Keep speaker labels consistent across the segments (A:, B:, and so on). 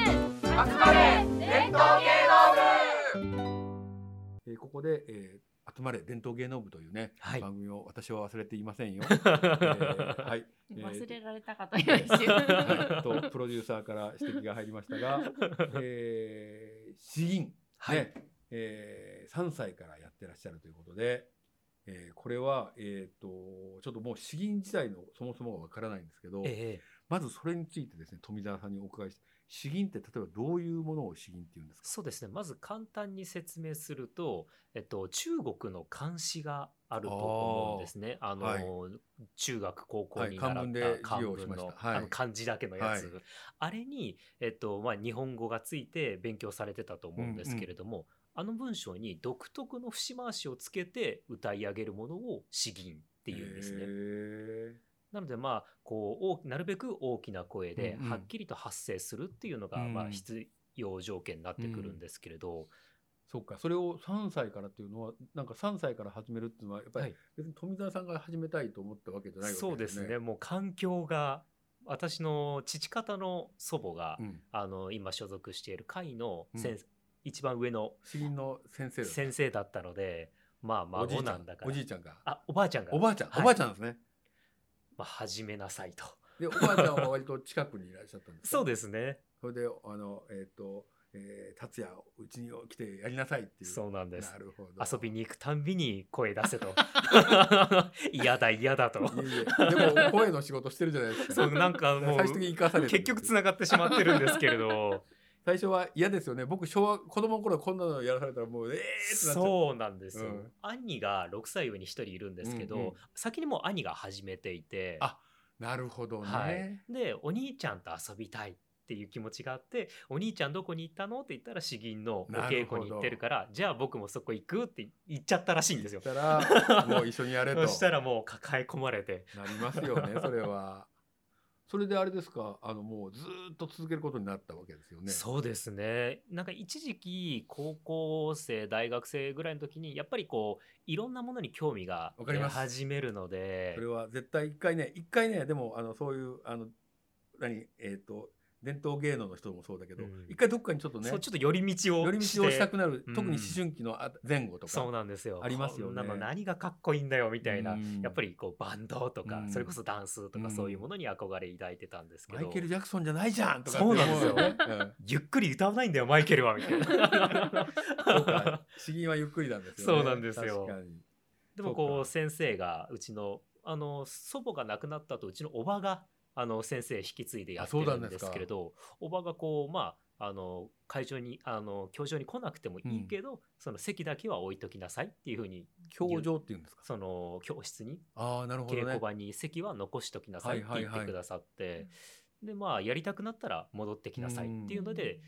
A: 集まれ伝統芸能部
B: えーここで、えー集まれ伝統芸能部というね、
C: はい
B: 番組を私は忘れていません よ。えーはい、えー
A: 忘れられたかという一瞬
B: はいとプロデューサーから指摘が入りました が、えー、詩吟、
C: はい
B: ねえー、3歳からやってらっしゃるということで、えーこれは、えー、とちょっともう詩吟自体のそもそもがわからないんですけど、
C: え
B: まずそれについてですね富澤さんにお伺いして詩吟って例えばどういうものを詩吟っていうんですか
C: そうですねまず簡単に説明すると、えっと、中国の漢詩があると思うんですねあの、
B: はい
C: 中学高校に
B: はい漢
C: 習
B: 文
C: っ
B: で
C: た漢
B: 授業をし
C: 文
B: ま
C: の,、
B: したはい
C: あの漢字だけのやつ、
B: は
C: あれに、えっとまあ、日本語がついて勉強されてたと思うんですけれども、あの文章に独特の節回しをつけて歌い上げるものを詩吟っていうんですね。
B: へ
C: なのでまあこう大なるべく大きな声で
B: うんうん
C: はっきりと発声するっていうのが
B: うん
C: まあ必要条件になってくるんですけれど、
B: ーそっかそれを3歳からっていうのはなんか3歳から始めるっていうのはやっぱり、
C: はい
B: 別に富澤さんが始めたいと思ったわけじゃないわけ
C: そうですね。もう環境が私の父方の祖母が、
B: うん
C: あの今所属している会の
B: うん
C: 先、一番上の
B: 詩吟の先生だった
C: 先生だったのでまあ
B: おじい
C: 孫
B: ちゃ
C: なんんだから
B: おじいちゃんが
C: あおばあちゃんが
B: おばあちゃん、
C: はい
B: おばあちゃんですね
C: まあ、始めなさいと
B: でおばあちゃんは割と近くにいらっしゃったんですか
C: そうですね
B: それであのえっ、と、えー達也うちに来てやりなさいっていう
C: そうなんです
B: なるほど
C: 遊びに行くたんびに声出せ と 嫌だ嫌だと
B: いえいえでも声の仕事してるじゃないですか
C: そうなんかもう
B: 最終的に生 かされてる
C: 結局つながってしまってるんですけ れど
B: 最初は嫌ですよね僕昭和子供の頃こんなのやらされたらもうええってなっちゃう
C: そうなんですよ、
B: うん
C: 兄が6歳上に1人いるんですけど、
B: うんうん
C: 先にもう兄が始めていて
B: あなるほどね、
C: はい、でお兄ちゃんと遊びたいっていう気持ちがあって「お兄ちゃんどこに行ったの?」って言ったら詩吟のお稽古に行ってるから「じゃあ僕もそこ行く?」って言っちゃったらしいんですよ。
B: した らもう一緒にやれと
C: そしたらもう抱え込まれて
B: なりますよねそれは それであれですかあのもうずーっと続けることになったわけですよね
C: そうですねなんか一時期高校生大学生ぐらいの時にやっぱりこういろんなものに興味が
B: わかります
C: 始めるので
B: それは絶対一回ね一回ねでもあのそういうあの何えっ、と伝統芸能の人もそうだけど
C: うん
B: 一、回どっかにちょっとね
C: そうちょっと寄り道を
B: 寄り道をしたくなる
C: うん
B: 特に思春期のあ前後とか
C: そうなんですよ
B: ありますよね
C: こんなの何がかっこいいんだよみたいな、
B: うん
C: やっぱりこうバンドとか、
B: うん
C: それこそダンスと
B: う
C: か
B: ん
C: そういうものに憧れ抱いてたんですけ
B: マ
C: ど、
B: イケル・ジャクソンじゃないじゃんとかって
C: そうなんですよ
B: 思うね
C: ゆっくり歌わないんだよマイケルはみたいな
B: うんそうか詩吟はゆっくりなんですよね
C: そうなんですよ
B: 確かに
C: でも
B: そう
C: こ
B: か
C: う先生がうちのあの祖母が亡くなった後うちのおばがあの先生引き継いでやって
B: あそうな
C: る
B: ん
C: ん
B: です
C: で
B: か
C: すけれどおばがこうまああの会場にあの教場に来なくてもいいけど、その席だけは置いときなさいっていうふうに
B: 教場っていうんですか
C: その教室に
B: ああなるほど
C: 稽古
B: ね
C: 場に席は残しときなさいって
B: はい
C: 言
B: は
C: っ
B: いは
C: て
B: い
C: くださって、でまあやりたくなったら戻ってきなさいっていうので、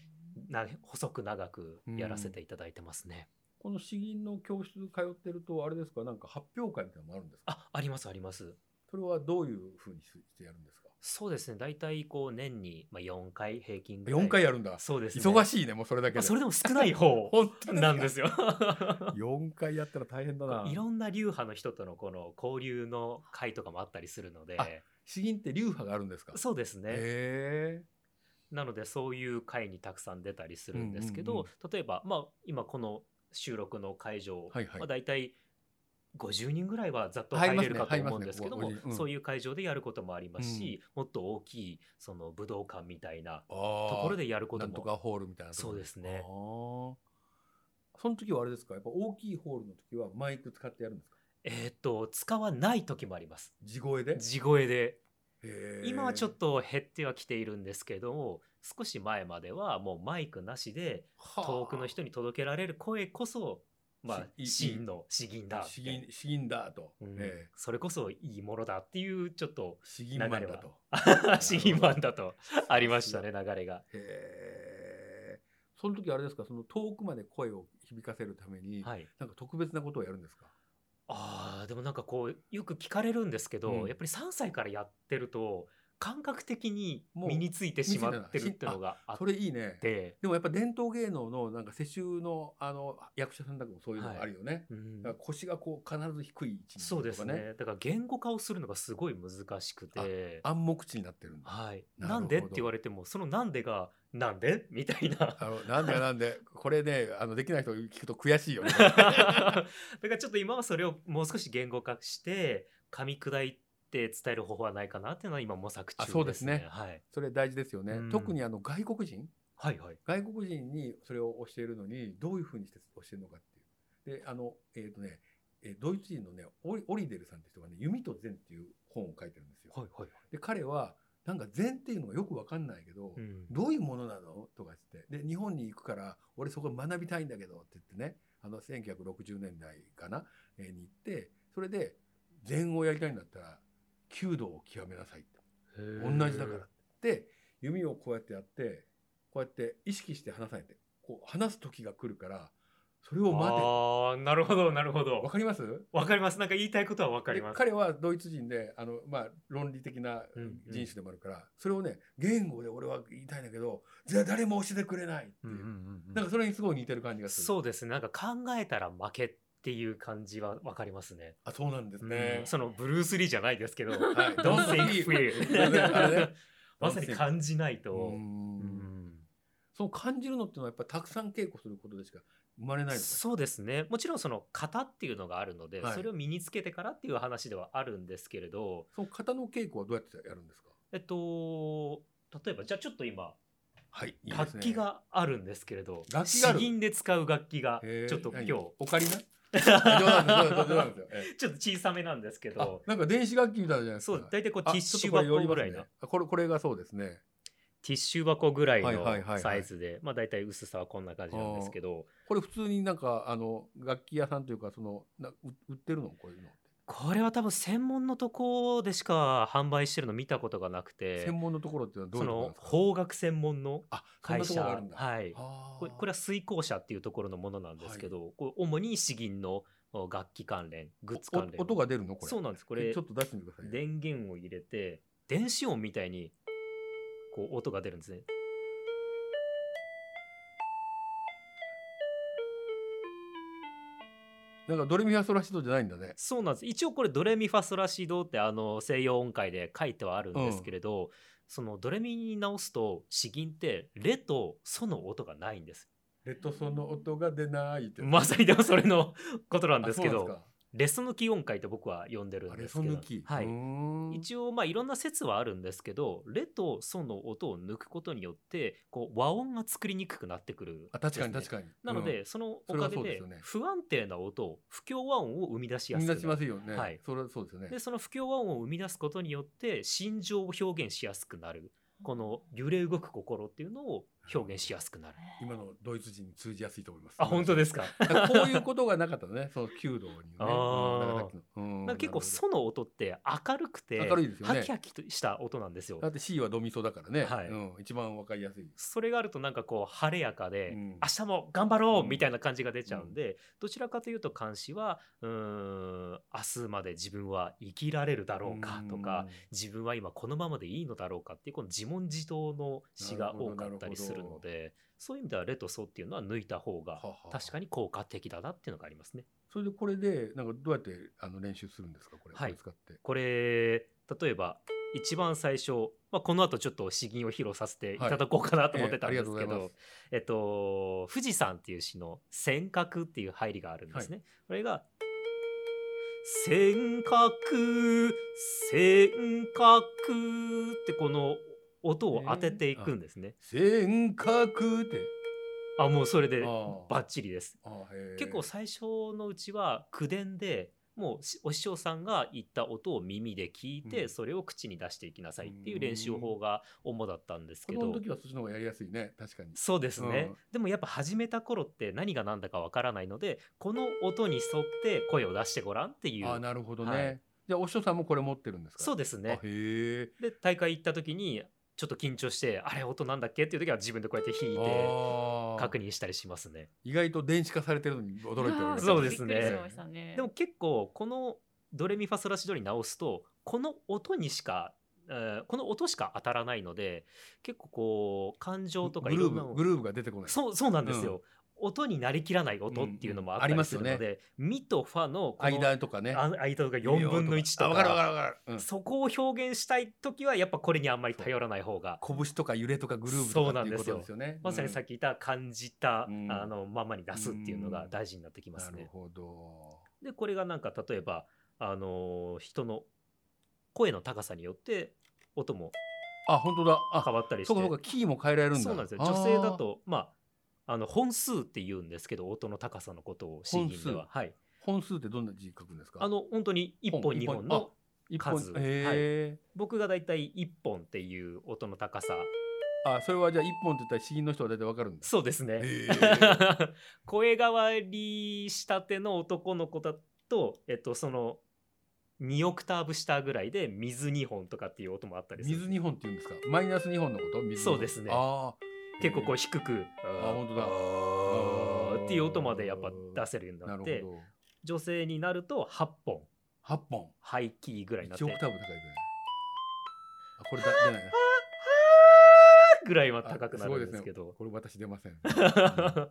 C: な細く長くやらせていただいてますね。
B: この詩吟の教室通ってるとあれですかなんか発表会みたいなのもあるんですか
C: あありますあります。
B: それはどういうふうにしてやるんですか
C: そうですね大体こう年に、まあ、4回平均ぐらい
B: 4回やるんだ
C: そうですね
B: 忙しいねもうそれだけ
C: まあ
B: で
C: それでも少ない方
B: 本当
C: なんですすよ
B: か4回やったら大変だない
C: ろんな流派の人とのこの交流の会とかもあったりするので
B: あ詩吟って流派があるんですか
C: そうですね、
B: へえ
C: なのでそういう会にたくさん出たりするんですけど、
B: うんうん
C: 例えば、まあ、今この収録の会場、
B: はいはい
C: まあ、大体50人ぐらいはざっと
B: 入り
C: 入
B: ます
C: れ
B: ね
C: るかと
B: 入ります
C: 思
B: ね
C: うんですけども、
B: ご50うん
C: そういう会場でやることもありますし、もっと大きいその武道館みたいな
B: と
C: とこ
B: こ
C: ろでやること
B: なんと
C: も
B: かホールみたいなところ
C: そうですね
B: あーその時はあれですかやっぱ大きいホールの時はマイク使ってやるんですか
C: えーっと使わない時もあります
B: 地声で
C: 地声で
B: へー
C: 今はちょっと減ってはきているんですけども少し前まではもうマイクなしで
B: はあ
C: 遠くの人に届けられる声こそま
B: し
C: あ
B: いい
C: 真の詩吟だ
B: 詩吟詩吟だと
C: うん
B: ええ
C: それこそいいものだっていうちょっと
B: 詩吟マンだ
C: 流れは
B: と
C: 詩吟版だと ありましたね流れが。
B: へえその時あれですかその遠くまで声を響かせるために、
C: はい、
B: なんか特別なことをやるんですか
C: あーでもなんかこうよく聞かれるんですけど、
B: うん
C: やっぱり3歳からやってると感覚的に
B: もう
C: 身についてしまってるってのがあっ
B: それいいね
C: て、
B: でもやっぱ伝統芸能のなんか世襲のあの役者さんだけもそういうのがあるよね、
C: うん
B: だから腰がこう必ず低い位置にいるとか
C: そうですねだから言語化をするのがすごい難しくて。
B: 暗黙地になってるんだ
C: はい、
B: なるほど
C: なんでって言われてもその「なんで」が「なんで?」みたいな
B: あのなんでなんでこれねあのできない人聞くと悔しいよ ね
C: だからちょっと今はそれをもう少し言語化して噛み砕いて伝える方法はないかなっていうのは今模索中です、ね、
B: あそうですね
C: はい、
B: それ大事ですよね、
C: うん
B: 特にあの外国人
C: はいはい
B: 外国人にそれを教えるのにどういうふうにして教えるのかっていうであのえっ、とねえードイツ人のねオリオリデルさんって人がね「弓と禅」っていう本を書いてるんですよ。
C: はいはい
B: で彼はなんか禅っていうのがよくわかんないけど、
C: うん
B: どういうものなのとか言ってで日本に行くから俺そこ学びたいんだけどって言ってねあの1960年代かな、えーに行ってそれで禅をやりたいんだったら弓道を極めなさいって同じだからで弓をこうやってやってこうやって意識して離さないってこう離す時が来るからそれを待て
C: ああなるほどなるほ
B: わ
C: ど
B: かります
C: わかりますなんか言いたいことはわかりま
B: です彼はドイツ人であの、まあ、論理的な
C: うんうん
B: 人種でもあるから、それをね言語で俺は言いたいんだけどじゃあ誰も教えてくれないって
C: う
B: いう、
C: んうんうんうん
B: なんかそれにすごい似てる感じがする
C: そうですねなんか考えたら負けっていう感じはわかりますね、
B: あそうなんですね
C: うん、そのブルース・リーじゃないです けど Don't
B: はい
C: think fear
B: あれね
C: まさに感じないうと、
B: ー
C: うんん
B: その感じるのってのはやっぱりたくさん稽古することでしか生まれないのか
C: そうですねもちろんその型っていうのがあるので、
B: はい
C: それを身につけてからっていう話ではあるんですけれど
B: その型の稽古はどうやってやるんですか
C: えっと例えばじゃあちょっと今
B: はいいいですね
C: 楽器があるんですけれど
B: 楽器がある
C: 詩吟で使う楽器が
B: へー
C: ちょっと今日
B: 何
C: ちょ
B: オカリナ冗談です冗談ですよええ
C: っと小さめなんですけ
B: あ
C: ど
B: なんか電子楽器みたいなのじゃないです
C: そ
B: か
C: う大体こうテ
B: あ
C: ィッ
B: ちょっ
C: シ
B: と
C: ュ
B: これ寄
C: 箱
B: りま
C: ぐ
B: す
C: ら
B: ね
C: いの
B: あこれこれがそうですね
C: ティッシュ箱ぐらい
B: はいはいはいは
C: の
B: い
C: サイズでまあ大体薄さはこんな感じなんですけど
B: これ普通になんかあの楽器屋さんというかそのなう売ってるのこういうのって
C: これは多分専門のとこでしか販売してるの見たことがなくて
B: 専門のところっていうのはどうい
C: そう
B: ところなん
C: の
B: ですか
C: 邦楽専門の
B: あそんな
C: 会
B: ところ
C: 社
B: があるんだ
C: はい
B: あー
C: これこれは水耕社っていうところのものなんですけど、これ主に詩吟のお楽器関連グッズ関連
B: お音が出るのこれ
C: そうなんですこれ
B: ちょっと出してみてください
C: 電源を入れて電子音みたいにこう音が出るんですね
B: なんかドレミファソラシドじゃないんだね
C: そうなんです一応これドレミファソラシドってあの西洋音階で書いてはあるんですけれど、そのドレミに直すと詩吟ってレとソの音がないんです
B: レッドソンの音が出ないって
C: まさにでもそれのことなんですけ
B: あそうな
C: ど
B: んです
C: レソ抜き音階と僕は呼んでる
B: か
C: ん
B: あ
C: で
B: れ
C: す
B: そ
C: けど
B: 抜き
C: はいう
B: ーん
C: 一応まあいろんな説はあるんですけど「レ」と「ソ」の音を抜くことによってこう和音が作りにくくなってくる、
B: あ確かに
C: です
B: 確
C: ね
B: かに
C: なので、そのおかげ
B: それはそうです
C: で
B: よね
C: 不安定な音不協和音を生み出し
B: うんみ
C: やす
B: ん
C: く
B: な
C: な
B: しま
C: る
B: すよね
C: はい
B: それはそうですよね
C: でその不協和音を生み出すことによって心情を表現しやすくなるこの揺れ動く心っていうのを表現しやすくなる。
B: 今のドイツ人に通じやすいと思います。
C: あ本当です か
B: だからこういうことがなかったのね、その弓道にね。
C: あー
B: うんだからさっきのうん
C: なんか結構「
B: なる
C: ソ」の音って明るくて
B: 明るいですよね
C: ハキハキとした音なんですよ
B: ほど。だって C はドミソだからね、
C: はい
B: うん、一番わかりやすい。
C: それがあるとなんかこう晴れやかで、
B: うん
C: 明日も頑張ろ
B: う
C: うんみたいな感じが出ちゃうんで、どちらかというと監視はうーん明日まで自分は生きられるだろうかとか、自分は今このままでいいのだろうかっていうこの自問自答の詩が多かったりするのでそういう意味ではレとソっていうのは抜いた方
B: うん、
C: が
B: はは
C: 確かに効果的だなっていうのがありますね。
B: それでこれでなんかどうやってあの練習するんですかこれ、
C: はい
B: これ使って。
C: これ例えば一番最初、まあ、この後ちょっと詩吟を披露させていただこうかなと思ってたんですけ
B: え
C: ど、
B: えありがとうございます
C: えっと、富士山っていう詩の「尖閣」っていう入りがあるんですね。これが「尖閣尖閣」ってこの音を当てていくんですね。
B: 尖閣って。
C: あもうそれで
B: あー
C: バッチリです。
B: あーへー
C: 結構最初のうちは口伝でもうしお師匠さんが言った音を耳で聞いて、
B: うん
C: それを口に出していきなさいっていう練習法が主だったんです
B: 子
C: け
B: 供の
C: ど。
B: 時はそっちの方がやりやすいね確かに。
C: そうですね、
B: うん
C: でもやっぱ始めた頃って何が何だかわからないのでこの音に沿って声を出してごらんってい
B: あー
C: う
B: なるほどね。
C: はい
B: じゃあお師匠さんもこれ持ってるんですか。
C: そう
B: で
C: ですね
B: へえ。
C: で大会行った時にちょっと緊張してあれ音なんだっけっていう時は自分でこうやって弾いて
B: あー
C: 確認したりしますね
B: 意外と電子化されてるのに驚いております。
C: そうですね
A: びっくりしましたね
C: でも結構このドレミファソラシドに直すとこの音にしかえーこの音しか当たらないので結構こう感情とか
B: グ
C: い
B: ル
C: ろ
B: ー
C: んな
B: ブ
C: の
B: グルーブが出てこない
C: そうそうなんですよ、音になりきらない音っていうのもあった
B: うんうんありま
C: り
B: す
C: す
B: よ
C: る
B: ね
C: ので「み」と「ファ」のこの
B: 間とかね
C: あ間が4分の1と
B: あ
C: か
B: わかるわかるわかる、うん
C: そこを表現したい時はやっぱこれにあんまり頼らない方が
B: 拳とか揺れとかグルーブとかっていうことですよね
C: まさにさっき言った感じた、
B: うん
C: あのままに出すっていうのが大事になってき
B: うん
C: ま
B: な
C: す
B: る
C: ね。
B: ほど
C: でこれがなんか例えば、あのー人の声の高さによって音も
B: あ本当だ
C: 変
B: あ
C: わったりして
B: そうかそうかキーも変えられるんだ
C: そうなんですよ
B: あー
C: 女性だとまああの本数って言うんですけど音の高さのことを C
B: 本数
C: 銀では、はい、
B: 本数ってどんな字書くんですか
C: あの本当に1本
B: 本
C: 2本
B: あ
C: の
B: 一
C: 数
B: へ
C: 僕がだいたい1本っていう音の高さ
B: え、あそれはじゃあ一本って言ったら詩吟の人は大体わかるんです
C: そうですね、
B: へ
C: 声変わりしたての男の子だと、えっと、その2オクターブ下ぐらいで水2本とかっていう音もあったりする
B: 水二本って言うんですかマイナス二本のこと水二本
C: そうですね
B: あー
C: 結構こう
B: へ
C: 低く「
B: ーあ本当だ
C: あーっていう音までやっぱ出
B: す
C: せるように
B: な
C: なっ
B: る
C: て
B: ほど
C: 女性になると8本
B: 八本
C: ハイキーぐらいになっ
B: 一
C: て
B: オクターブ高いぐらいあ これだ出ないな
C: ぐらいは高くなるんですけ
B: あ
C: ど
B: すごいですねこれ私出ま せん
C: っ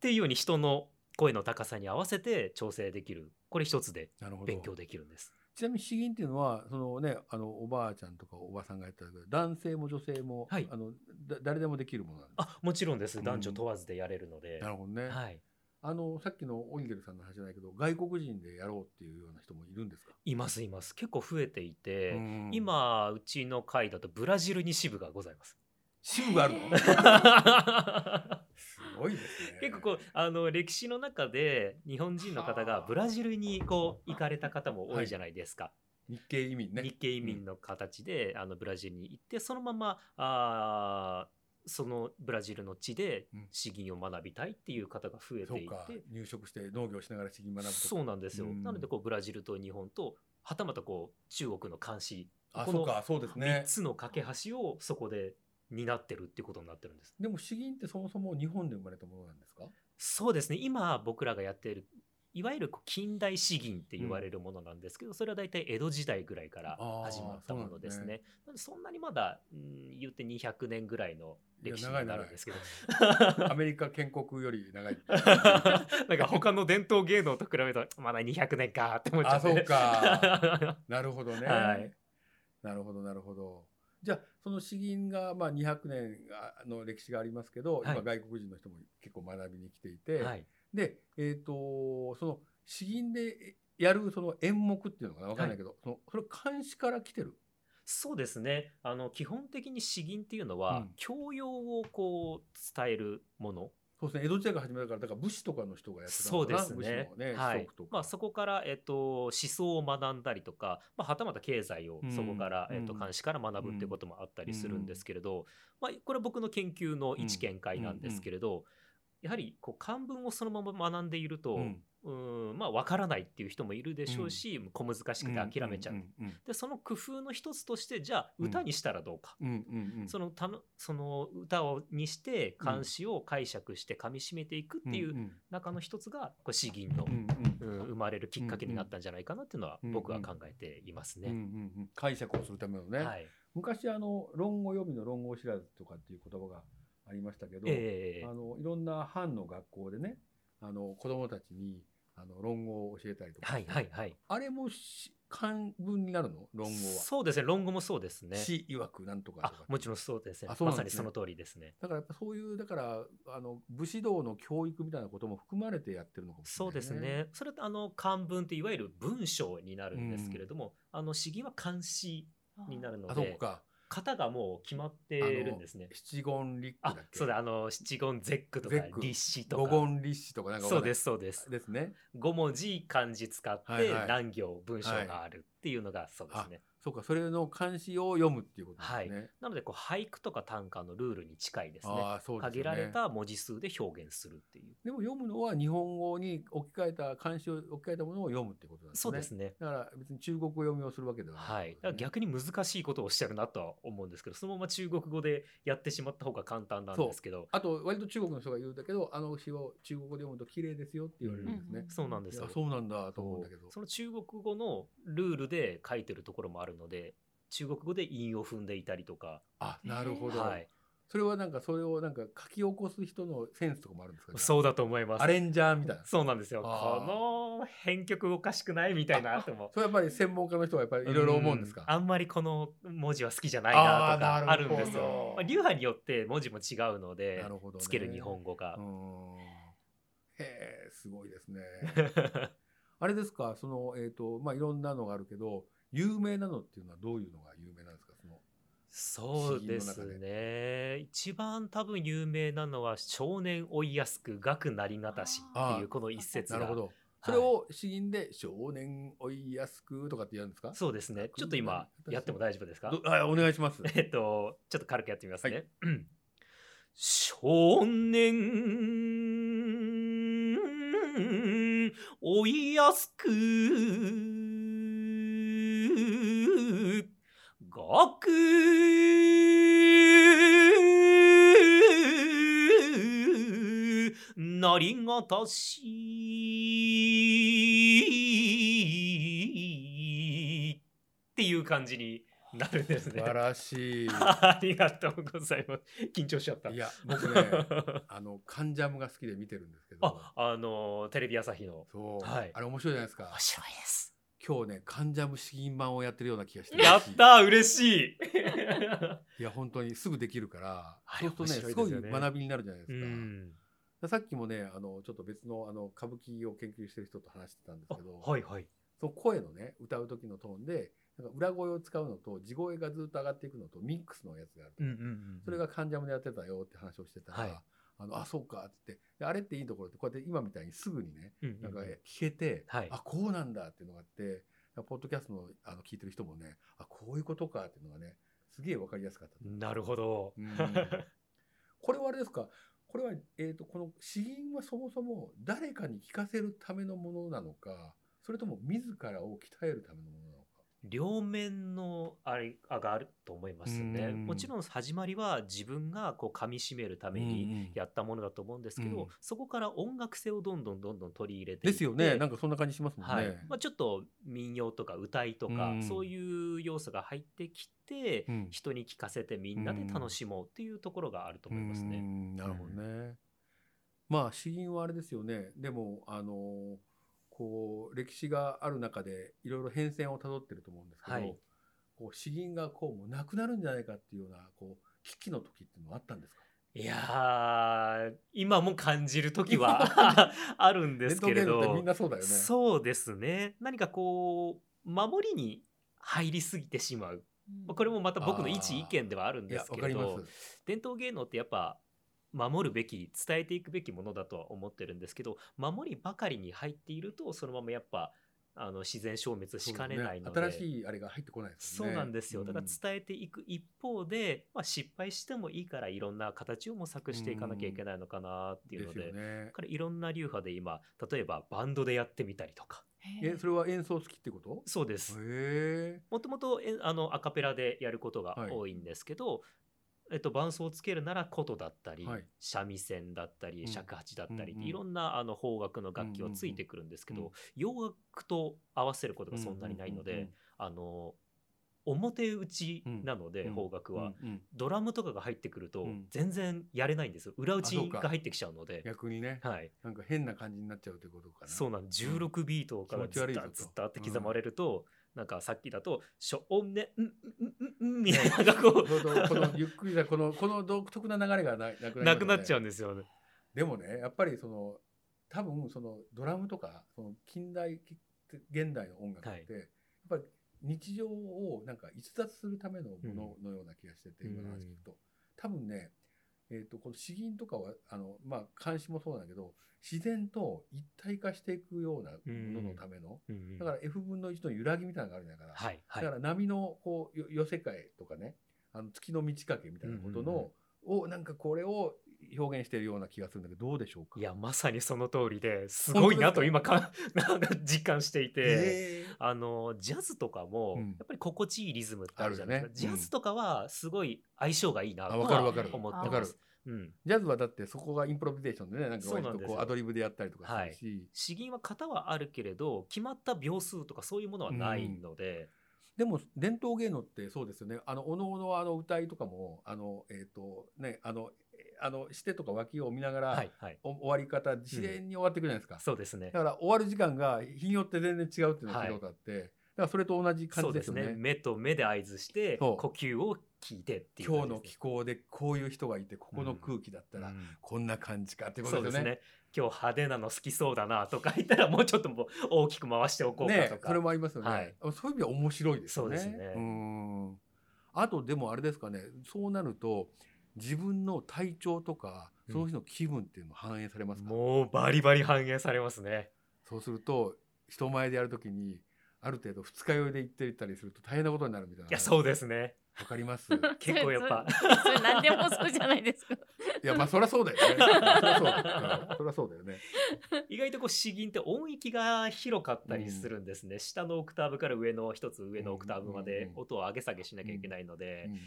C: ていうように人の声の高さに合わせて調整できるこれ一つで
B: なるほど
C: 勉強できるんです。
B: ちなみに詩吟っていうのはそのねあのおばあちゃんとかおばさんがやったけど男性も女性も、
C: はい
B: あのだ誰でもできるものなんです
C: あもちろんです
B: うん
C: 男女問わずでやれるので、
B: なるほどね、
C: はい、
B: あのさっきのオニゲルさんの話じゃないけど外国人でやろうっていうような人もいるんですか、
C: いますいます結構増えていて、
B: うん
C: 今うちの会だとブラジルに支部がござい ます。
B: 支部があるの すごいですね
C: 結構こうあの歴史の中で日本人の方
B: あ
C: が
B: ー
C: ブラジルにこう行かれた方も多いじゃないですか、
B: 日系移民ね
C: 日系移民の形で、あのブラジルに行ってそのままあーそのブラジルの地で
B: うん
C: 詩吟を学びたいっていう方が増え
B: そ
C: て
B: う
C: い
B: か
C: て
B: 入植して農業しながら詩吟学ぶとか
C: そうなんですよ、
B: うん
C: なのでこうブラジルと日本とはたまたこう中国の監視
B: あ
C: こ
B: そう
C: の
B: かそうです
C: 3
B: ね
C: つの架け橋をそこで担ってるっていうことになってるんです。
B: でも詩吟ってそもそも日本で生まれたものなんですか
C: そうですね今僕らがやっているいわゆるこう近代詩吟って言われるものなんですけど、それは大体江戸時代ぐらいから
B: あー
C: 始まったものです
B: そうなん
C: ね。なのでそんなにまだ、うん、言って200年ぐらいの歴史
B: い
C: に
B: や長い
C: な
B: 長い
C: るんですけど
B: アメリカ建国より 長い
C: なんか他の伝統芸能と比べるとまだ200年かって思っちゃ
B: あ
C: って
B: そうかなるほどね、
C: はい
B: なるほどなるほどじゃあその詩吟がまあ200年の歴史がありますけど、
C: はい
B: 今外国人の人も結構学びに来ていて、
C: はい、
B: でえっ、とその詩吟でやるその演目っていうのかなわかんないけど、そのそれ監視から来てる
C: そうですねあの基本的に詩吟っていうのは、
B: うん
C: 教養をこう伝えるもの
B: そうですね江戸時代が始めたからだから武士とかの人がやってた
C: そ
B: の
C: う
B: か
C: で
B: な
C: すね
B: 武士のね、
C: はい
B: 士族とか、
C: まあ、そこから、えっと、思想を学んだりとか、まあ、はたまた経済を
B: うん
C: そこから、えっと、
B: うん
C: 監視から学ぶっていうこともあったりするんですけれど、まあ、これは僕の研究の一見解なんですけれど、やはりこう漢文をそのまま学んでいると、
B: うん
C: うーんまあ、分からないっていう人もいるでしょうし、小難しくて諦めちゃう。
B: んうん
C: でその工夫の一つとしてじゃあ
B: うん
C: 歌にしたらどうか、
B: うんうんうん
C: そのたのその歌をにして
B: うん
C: 漢詩を解釈して噛み締めていくっていう中の一つがこう詩吟の
B: うんうん
C: うん、生まれるきっかけになったんじゃないかなっていうのは
B: うんうん
C: 僕は考えています
B: うんうん
C: ね。
B: うん解釈をするためのね、
C: はい、
B: 昔あの論語読みの論語知らずとかっていう言葉がありましたけど、
C: ええ
B: あのいろんな藩の学校でねあの子供たちにあの論語を教えたりとか、
C: はいはいはい。
B: あれもし漢文になるの論語は。
C: そうですね。論語もそうですね。
B: 詩曰くなんとかと
C: あ
B: か
C: もちろんそうですね
B: あそうな
C: ま
B: ん
C: さ
B: で
C: に
B: すね
C: その通りですね。
B: だからやっぱそういうだからあの武士道の教育みたいなことも含まれてやってるのかもしれ
C: そ
B: な
C: う
B: い
C: ですね。それとあの漢文っていわゆる文章になるんですけれども、あの詩吟は漢詩になるの
B: あそう
C: で、
B: か
C: 型がもう決まってるんですね。
B: 七言律句だ
C: あ
B: っけ
C: そうだあの七言絶句とか
B: 絶句
C: 立詩と
B: 五
C: か。
B: 言律詩とかなんかわ
C: そ
B: か
C: うん
B: ない
C: ですそうです。
B: ですね
C: 五文字漢字使っ
B: はい
C: て
B: はい
C: 何行文章があるっていうのがそうですね。
B: そうかそれの漢詩を読むっていうことですね、
C: なのでこう俳句とか短歌のルールに近いですね。
B: ああそうです
C: 限
B: よ
C: られ
B: ね
C: た文字数で表現するっていう。
B: でも読むのは日本語に置き換えた漢詩を置き換えたものを読むってことなんですね
C: そうですね。
B: だから別に中国語読みをするわけではな
C: はいい、だから逆に難しいことをおっしゃるなとは思うんですけどそのまま中国語でやってしまった方が簡単なんですけど
B: あと割と中国の人が言うんだけどあの詩を中国語で読むと綺麗ですよって言われるんですね、
A: うん
C: そうなんですよ
B: あそうなんだと思うんだけど
C: その中国語のルールで書いてるところもあるので中国語で韻を踏んでいたりとか、
B: あなるほど、
C: はい、
B: それはなんかそれをなんか書き起こす人のセンスとかもあるんですかね
C: そうだと思います
B: ア。レンジャーみたいな
C: そうなんですよ。
B: あー
C: この編曲おかしくないみたいなと も。
B: それはやっぱり専門家の人はやっぱりいろいろ思うんですか、
C: うあんまりこの文字は好きじゃないなとかあるんです
A: なるほ
C: よ。
A: ど
C: まあ、流派によって文字も違うので
B: な、るほどね
C: つける日本語が
B: う。んへえすごいですね あれですかそのえっ、とまあいろんなのがあるけど有名なのっていうのはどういうのが有名なんですかその
C: そうですね。一番多分有名なのは少年追いやすく学なりがたしって
B: あ
C: い
B: ー
C: うこの一節
B: な
C: が。
B: るほどそれを詩吟で「少年追いやすく」とかってやるんですか
C: そうですね。ちょっと今やっても大丈夫ですか
B: どあお願いします。
C: えっと、ちょっと軽くやってみますね。
B: は
C: うん少年追いやすく学なりがたしっていう感じに なるんです
B: 素
C: ね。
B: 晴らしい。
C: ありがとうございます。緊張しちゃった。
B: いや僕ねあの「カンジャム」が好きで見てるんですけど
C: あ、あのテレビ朝日の
B: そう、
C: はい
B: あれ面白いじゃないですか
C: 面白いです。
B: 今日ね「カンジャム」詩吟版をやってるような気がして
C: やった嬉しい。
B: いや本当にすぐできるから
C: あ
B: そ
C: れ
B: うするとねす
C: 面白い
B: ごい
C: ですよね
B: 学びになるじゃないで
C: う
B: すか。
C: ん。
B: さっきもねあのちょっと別のあの歌舞伎を研究してる人と話してたんです
C: あ
B: けど、
C: はいはい。
B: その声のね歌う時のトーンでなんか裏声を使うのと地声がずっと上がっていくのとミックスのやつがあると、
C: うんうんうん。
B: それが患者もやってたよって話をしてたら、
C: はい
B: あのあそうかっつってであれっていいところってこうやって今みたいにすぐにね
C: うんうん
B: なんか聞けて、
C: はい
B: あこうなんだっていうのがあってポッドキャストのあの聞いてる人もねあこういうことかっていうのがねすげえわかりやすかったと思う
C: なるほど。
B: うんこれはあれですかこれは、えー、とこの詩吟はそもそも誰かに聞かせるためのものなのかそれとも自らを鍛えるためのものなのか
C: 両面のあれあがあると思いますね。
B: うん
C: もちろん始まりは自分がこう噛み締めるためにやったものだと思うんですけど、
B: うん
C: そこから音楽性をどんどんどんどん取り入れてい
B: で
C: って
B: すよねなんかそんな感じしますもんね。
C: はいまあ、ちょっと民謡とか歌いとか、
B: うん
C: そういう要素が入ってきて、
B: うん
C: 人に聞かせてみんなで楽しもうっていうところがあると思います
B: うー
C: ね。
B: んなるほどね。まあ詩吟はあれですよね。でもあのこう歴史がある中でいろいろ変遷をたどってると思うんですけど、
C: はい
B: こう詩吟がこうもうなくなるんじゃないかっていうようなこう危機の時っていうのはあったんですか。
C: いやー今も感じる 時はあるんですけれ
B: 伝統芸能ってみ
C: ど
B: ん、なそうだよね。
C: そうですね何かこう守りに入りすぎてしまう、まあこれもまた僕の一意見ではあるん
B: い
C: で
B: や
C: す
B: わ
C: け
B: か
C: れ
B: りま
C: ど。
B: す。
C: 伝統芸能ってやっぱ守るべき伝えていくべきものだとは思ってるんですけど守りばかりに入っているとそのままやっぱあの自然消滅しかねないので
B: そうですね新しいあれが入ってこないです
C: そう
B: よね。
C: なんですよだから
B: うん
C: 伝えていく一方で、まあ、失敗してもいいからいろんな形を模索していかなきゃいけないのかなっていうので,、
B: ですよね
C: だ。からいろんな流派で今例えばバンドでやってみたりとか
A: へ
B: えそれは演奏好きってこと？
C: そうです
B: へえ。
C: もともとえあのアカペラでやることが
B: はい
C: 多いんですけど、えっと、伴奏をつけるなら琴だったり、
B: はい
C: 三味線だった
B: う
C: り
B: ん
C: 尺八だったり、
B: うんうん
C: いろんなあの邦楽の楽器はついてくるんですけど、
B: うんうん
C: 洋楽と合わせることがそんなにないので、あの表打ちなので、
B: うん
C: 邦楽は、
B: うんうん
C: ドラムとかが入ってくると
B: うん
C: 全然やれないんですよ裏打
B: あそう
C: ち
B: か
C: が入ってきちゃうので。
B: 逆にね、
C: はい、
B: なんか変な感じになっちゃうということかな。
C: そうなん16ビートから
B: 気持ち悪
C: ずっ
B: い
C: と
B: ぞと
C: ずっとって刻まれると、なんかさっきだと「しょおねんんんんん」みたいななんかこ
B: ちょうどこの
C: う
B: ゆっくりなこのこの独特な流れがななくな,、
C: なくなっちゃうんですよね。
B: でもねやっぱりその多分そのドラムとかその近代現代の音楽って、やっぱり日常をなんか逸脱するためのもののような気がしてて、
C: うん
B: 今の話聞くと多分ね、えー、とこの詩吟とかはあの、まあ、監視もそうなんだけど自然と一体化していくようなもののための、だから F 分の1の揺らぎみたいなのがあるんだから、
C: はいは
B: だ
C: い
B: から波のこうよ寄せ替えとかねあの月の満ち欠けみたいなこと
C: うんうん
B: の、をなんかこれを表現しているような気がするんだけどどうでしょうか
C: いやまさにその通りですごいなと今かなん か実感していて。
B: へー
C: あのジャズとかも、
B: うん
C: やっぱり心地いいリズムってあるじゃないですか、
B: あるよねうん
C: ジャズとかはすごい相性がいいな
B: あ
C: と
B: わかる
C: は
B: わかる
C: 思
B: わ
C: って
B: か
C: ま
B: る
C: す。うん、
B: ジャズはだってそこがインプロビゼーションでねなんか割
C: そうなん
B: と
C: です
B: こう
C: よ
B: アドリブでやったりとかするし、
C: 詩吟は型はあるけれど決まった秒数とかそういうものはないので、
B: でも伝統芸能ってそうですよね。あのおのおのあの歌いとかもあのえっ、とねあのえあのしてとか脇を見ながら、
C: はいはい
B: お終わり方自然に終わっていくじゃないですか。
C: そうですね
B: だから終わる時間が日によって全然違うっていうのが聞いたことあって、だからそれと同じ感
C: そう
B: じ
C: で
B: ですすよね
C: ね。目と目で合図して
B: そ
C: 呼
B: う
C: 吸を聞いてっていう
B: 今
C: 感
B: 日
C: じですね、
B: の気候でこういう人がいてここの空気だったら
C: うん
B: こんな感じかってこ
C: そ
B: と
C: う
B: で
C: ですす
B: よね。
C: ね今日派手なの好きそうだなとか言ったらもうちょっともう大きく回しておこうか
B: ね
C: とか、
B: それもありますよね、
C: はい
B: そういう意味では面白いですよね。
C: そうですね
B: んあとでもあれですかねそうなると自分の体調とか
C: うん
B: その日の気分っていうのも反映されますか、
C: もうバリバリ反映されますね
B: そうすると人前でやるときにある程度二日酔いで行っていったりすると大変なことになるみたいない
C: やそうですね
B: わかります
C: 結構やっぱ
A: それそれ何でもそうじゃないですか。
B: いやまあそりゃそうだ よねそりゃそうだよねそりゃそうだよね
C: 意外とこう詩吟って音域が広かったりするんですね、下のオクターブから上の一つ上のオクターブま
B: うんうん
C: で
B: うん
C: 音を上げ下げしなきゃいけないので、
B: うん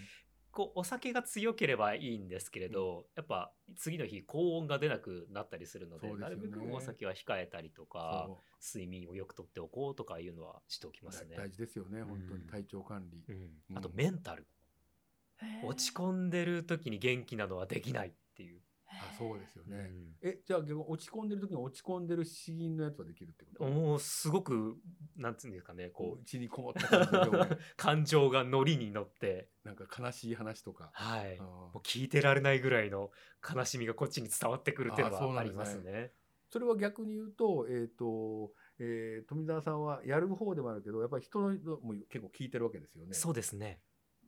C: こうお酒が強ければいいんですけれど、やっぱ次の日高温が出なくなったりするので
B: そうで
C: な
B: す
C: る
B: よね
C: べくお酒は控えたりとか
B: そ
C: 睡眠をよくとっておこうとかいうのはしておき
B: う
C: ますね。
B: 大事ですよね本当に
C: うん
B: 体調管理、
C: うんあとメンタル、落ち込んでる時に元気なのはできないっていう、
B: あそうですよ
C: う
B: ね、
C: ん
B: えじゃあ逆に落ち込んでる時に落ち込んでる詩吟のやつはできるってこと
C: もうすごくなんつうんですかねこ
B: こ
C: う
B: う、ちにこもった感じの表現
C: 感情がノリに乗って
B: なんか悲しい話と か。
C: はい、
B: あ
C: もう
B: ー
C: 聞いてられないぐらいの悲しみがこっちに伝わってくるっていう
B: あーそ
C: の
B: う
C: は
B: な
C: あ
B: ん
C: り
B: ですね
C: ますね。
B: それは逆に言うと、えっ、と、えー富澤さんはやる方でもあるけど、やっぱり人のも結構聞いてるわけですよね。
C: そうですね。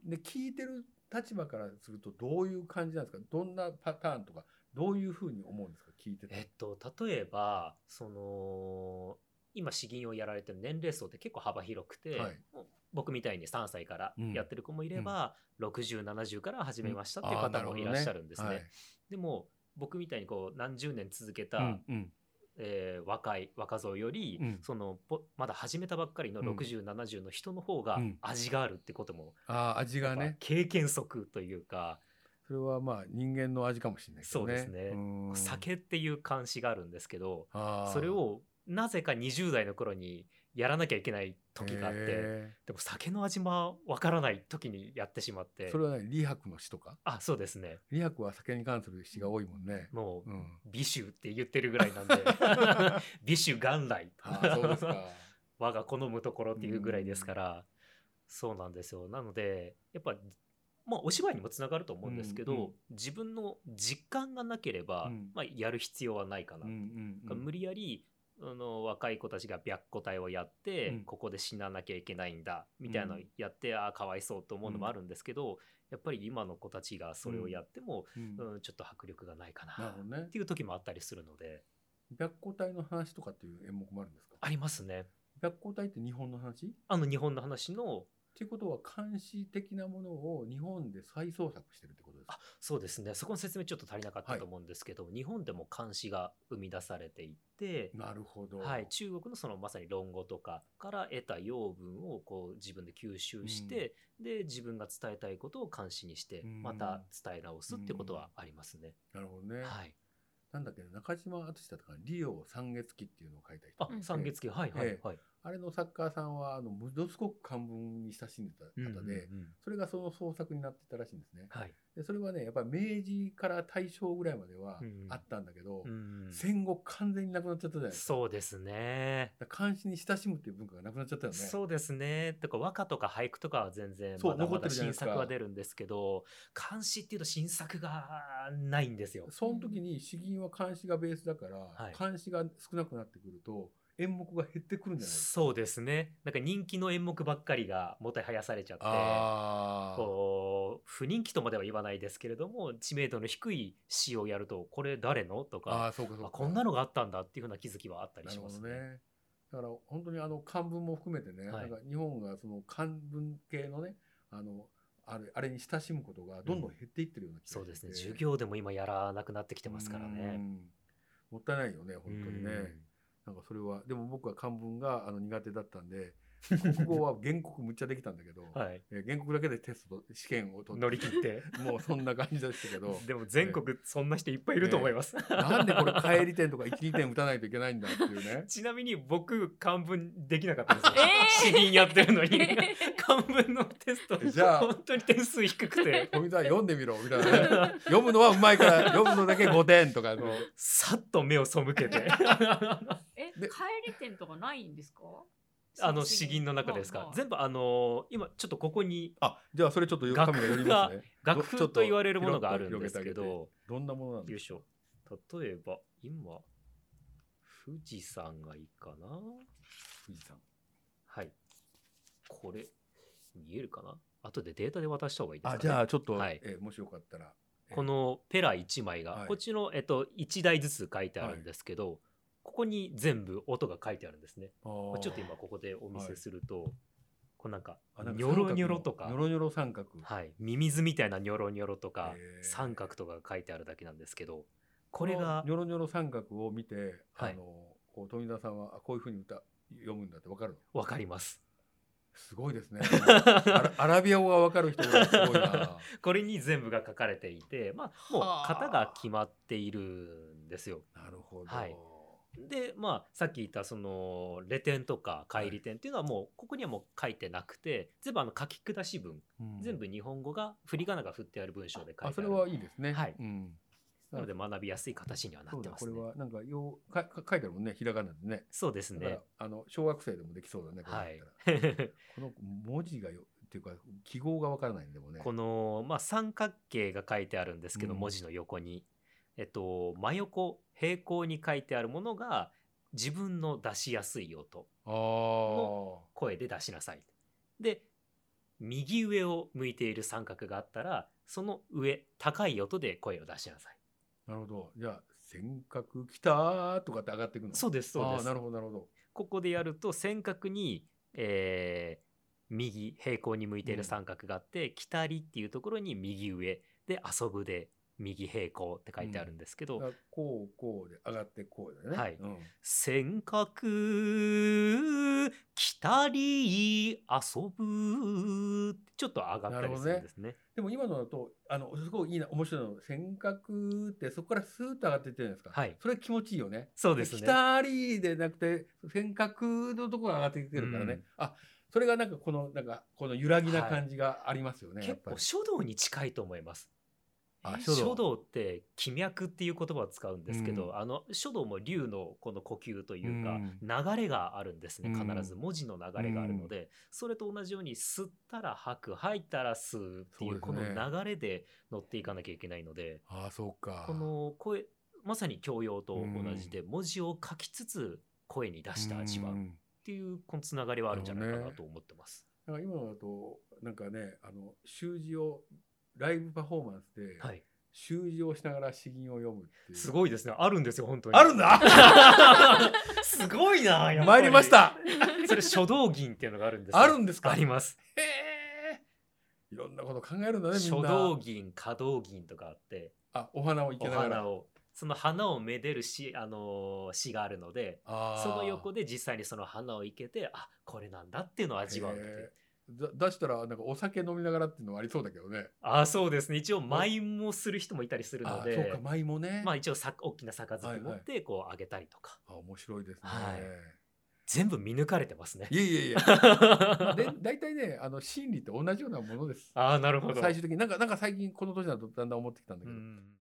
B: で、聞いてる立場からすると、どういう感じなんですかどんなパターンとか、どういうふうに思うんですか聞いて
C: え
B: て。
C: っと例えばその今詩吟をやられてる年齢層って結構幅広くて、
B: はい
C: もう僕みたいに3歳からやってる子もいれば、6070から始めましたっていう
B: あーな
C: 方
B: るほ
C: も
B: ど
C: いらっしゃるんですね。
B: はい
C: でも僕みたいにこう何十年続けた、
B: うんうん
C: えー若い若造より、
B: うん
C: そのぽまだ始めたばっかりの
B: うん
C: 6070の人の方が
B: うん
C: 味があるってことも、
B: ああ、味が
C: やっぱ
B: ね。
C: 経験則というか、
B: それはまあ人間の味かもしれないけどね。
C: そうですね
B: ね
C: 酒っていう監視があるんですけど
B: そ
C: それをなぜか20代の頃にやらなきゃいけない時があってでも酒の味もわからない時にやってしまって
B: それはね、李白の詩とか
C: あそうですね
B: 李白は酒に関する詩が多いもんね。
C: も う、
B: うん。
C: 美酒って言ってるぐらいなんで 美酒元来
B: ああ、そう ですか。
C: 我が好むところっていうぐらいですから、そうなんですよなのでやっぱまあお芝居にもつながると思うんですけど、
B: うんうん
C: 自分の実感がなければ、
B: うん
C: まあ、やる必要はないかな、無
B: 理
C: 理やりあの若い子たちが白虎隊をやって、
B: うん
C: ここで死ななきゃいけないんだみたいなのをやって、ああかわいそうと思うのもあるんですけど、やっぱり今の子たちがそれをやっても、
B: うん
C: うんちょっと迫力がないか
B: なる
C: な
B: ほどね
C: って。いう時もあったりするので
B: 白虎隊の話とかっていう演目もあるんですか
C: ありますね。
B: 白虎隊って日本の話っ
C: あの日本の話の
B: ていうことは監視的なものを日本で再創作してるってことですか
C: あそうですねそこの説明ちょっと足りなかったと思うんですけど、日本でも漢詩が生み出されていて、
B: なるほど。
C: はい、中国のそのまさに論語とかから得た養分をこう自分で吸収して、で自分が伝えたいことを漢詩にして
B: うん
C: また伝え直すってことはありますね。
B: なるほどね。
C: はい、
B: なんだっけ中島敦だったかな「リオ三月期」っていうのを書いた人
C: あ
B: あ
A: うん
C: 三月期はいはい
B: え
C: はい。
B: れの作家さんはあのものすごく漢文に親しんでた方で、
C: うんうんうん
B: それがその創作になってたらしいんですね。
C: はい
B: でそれはねやっぱり明治から大正ぐらいまでは
C: うんうん
B: あったんだけど、
C: うん
B: 戦後完全になくなっちゃったじゃないですか。
C: そうですね。
B: だから監視に親しむっていう文化がなくなっちゃったよね。
C: そうですね。とか和歌とか俳句とかは全然
B: そう
C: まだ
B: 残っ
C: ま
B: て
C: だ
B: るじゃない
C: 新
B: ですか
C: 作は出るんですけど、漢詩っていうと新作がないんですよ。
B: その時に詩吟は漢詩がベースだから、
C: はい
B: 漢詩が少なくなってくると演目が減ってくるんじゃないですか。
C: そうですね。なんか人気の演目ばっかりがもてはやされちゃって、
B: あー
C: こう不人気とまでは言わないですけれども、知名度の低い詩をやるとこれ誰のと
B: あ
C: か、
B: ーそうかそう
C: あ
B: か。
C: こんなのがあったんだっていうふうな気づきはあったり
B: な
C: し
B: るほ
C: ま
B: ど
C: すね。
B: ね。だから本当にあの漢文も含めてね、
C: はい
B: なんか日本がその漢文系のねあのあれあれに親しむことがどんどん減っていってるような気が
C: そう
B: して
C: で
B: て
C: すね。授業でも今やらなくなってきてますから
B: う
C: ね。
B: んもったいないよね本当にね。
C: うん
B: なんかそれはでも僕は漢文があの苦手だったんで国語は原告むっちゃできたんだけど、
C: はい、
B: えー原告だけでテストと試験を取っ
C: 乗り切って。
B: てもうそんな感じでしたけど
C: でも全国そんな人いっぱいいると思います。
B: なんでこれ帰り点とか12点打たないといけないんだっていうね
C: ちなみに僕漢文できなかったん です
A: え
C: よ。詩吟やって るのに
A: え
C: 漢文のテスト
B: じゃあ
C: 本当に点数低く て
B: 富澤読んでみろみたいなね読むのはうまいから読むのだけ5点とかの
C: さっと目を背け て
A: え
B: で
A: 帰り点とかないんですか
C: あの詩吟の中ですか全部あのー今ちょっとここに
B: あじゃあそれちょっとよカメラ寄りますね
C: 楽
B: ちょ
C: 譜
B: っと
C: と言われるものがあるんですけ
B: 広げてあ
C: ど
B: どんなものなん
C: よ
B: で
C: い
B: す
C: しょ例えば今富士山がいいかな
B: か富士山
C: はいこれ見えるかな後でデータで渡した方がいいですか、
B: あ
C: ね、
B: じゃあちょっと、
C: はい
B: えーもしよかったら
C: このペラ1枚が、
B: はい
C: こっちの、えっと、1台ずつ書いてあるんですけど、ここに全部音が書いてあるんですね。
B: あ
C: ちょっと今ここでお見せすると、こうなんか
B: あなんか
C: ニョロニョロとか
B: ニョロニョロ三角、
C: はい、ミミズみたいなニョロニョロとか
B: へー
C: 三角とかが書いてあるだけなんですけどこれが
B: のニョロニョロ三角を見て、
C: はい
B: あのこう富澤さんはあこういうふうに歌読むんだってわかるの
C: わかります。
B: すごいですねアラアラビア語がわかる人がす ごいな
C: これに全部が書かれていて、まあ、もう
B: はあ
C: 型が決まっているんですよ。
B: なるほど、
C: はいでまあさっき言ったそのレ点とか乖離点っていうのはもうここにはもう書いてなくて全部あの書き下し文
B: うん
C: 全部日本語が振り仮名が振ってある文章で書
B: あ
C: い
B: そ
C: てあ
B: れ
C: る
B: はいいですね
C: はい
B: うん、
C: なので学びやすい形にはな
B: そ
C: っ
B: う
C: て
B: だ
C: ま
B: こ
C: す
B: れ
C: ね。
B: はなんかようかか書いてあるもんねひらがなでね
C: そうです
B: だから、
C: ね。
B: あの小学生でもできそうだねこれだ
C: は
B: ったら
C: い。
B: この文字がよっていうか記号がわからないんでもね
C: このまあ三角形が書いてあるんですけど、
B: うん
C: 文字の横にえっと真横平行に書いてあるものが自分の出しやすい音
B: ああ
C: 声で出しなさい。で右上を向いている三角があったらその上高い音で声を出しなさい。
B: なるほど。じゃあ、尖閣来たーとかって上がっていくの
C: そううですそうです
B: な。るほど、なるほど。
C: ここでやると尖閣に、えー右平行に向いている三角があって「来たり」っていうところに右上で「遊ぶ」で「右平行」って書いてあるんですけど、
B: だからこう、こうで、上がってこうだよね。
C: はい
B: うん
C: 尖閣来たり遊ぶってちょっと上がったりするんですね。
B: でも今のだと、あの、すごいいいな、面白いの。尖閣って、そこからスーッと上がっていってるじゃないですか。
C: はい
B: それ気持ちいいよね。
C: そうです
B: 来
C: ね。
B: たりでなくて、尖閣のところが上がってきてるからね。
C: うん
B: あ、それがなんかこの、なんか、この揺らぎな感じがありますよね。やっ
C: 結
B: ぱ
C: 構
B: り。
C: 書道に近いと思います。
B: あ
C: 書
B: 書道
C: 道って気脈っていう言葉を使うんですけど、
B: うん
C: あの書道も龍のこの呼吸というか、
B: うん
C: 流れがあるんですね
B: うん
C: 必ず文字の流れがあるので、それと同じように吸ったら吐く吐いたら吸うっていう
B: そ
C: こ
B: うで
C: の
B: すね
C: 流れで乗っていかなきゃいけないので
B: ああ、そうか。
C: この声まさに教養と同じで文字を書きつつ声に出して味わう
B: う
C: っ
B: ん
C: ていうこのつながりはあるんじゃないかなと思ってます。
B: なんか今のだとなんかねあの習字をライブパフォーマンスで
C: はい、
B: 習字をしながら詩吟を読むっていう、
C: すごいですねあるんですよ本当に
B: あるんだ
C: すごいなやっぱ
B: 参りました
C: それ書道銀っていうのがあるんですよ
B: あるんですか
C: あります
B: へえいろんなこと考えるんだねみんな
C: 書道銀華道銀とかあって
B: あお花をいけ
C: お
B: なが
C: 花
B: ら
C: をその花をめでる詩,、あのー詩があるのでその横
B: で
C: で実際にその花を生けてあこれなんだっていうのを味わうっていう
B: 出したらなんかお酒飲みながらっていうのはありそうだけどね
C: あそうですね一応舞もする人もいたりするの
B: あそう
C: で
B: か舞もね、
C: まあ一応さ大きな杯持ってこうあげたりとか、
B: あ、面白いですね、、
C: はい全部見抜かれてますね。
B: えいえい えで大体ねあの心理って同じようなものです
C: ああなるほど。
B: 最終的になんかなんか最近この年だとだんだん思ってきたんだ
C: う
B: けど、
C: ん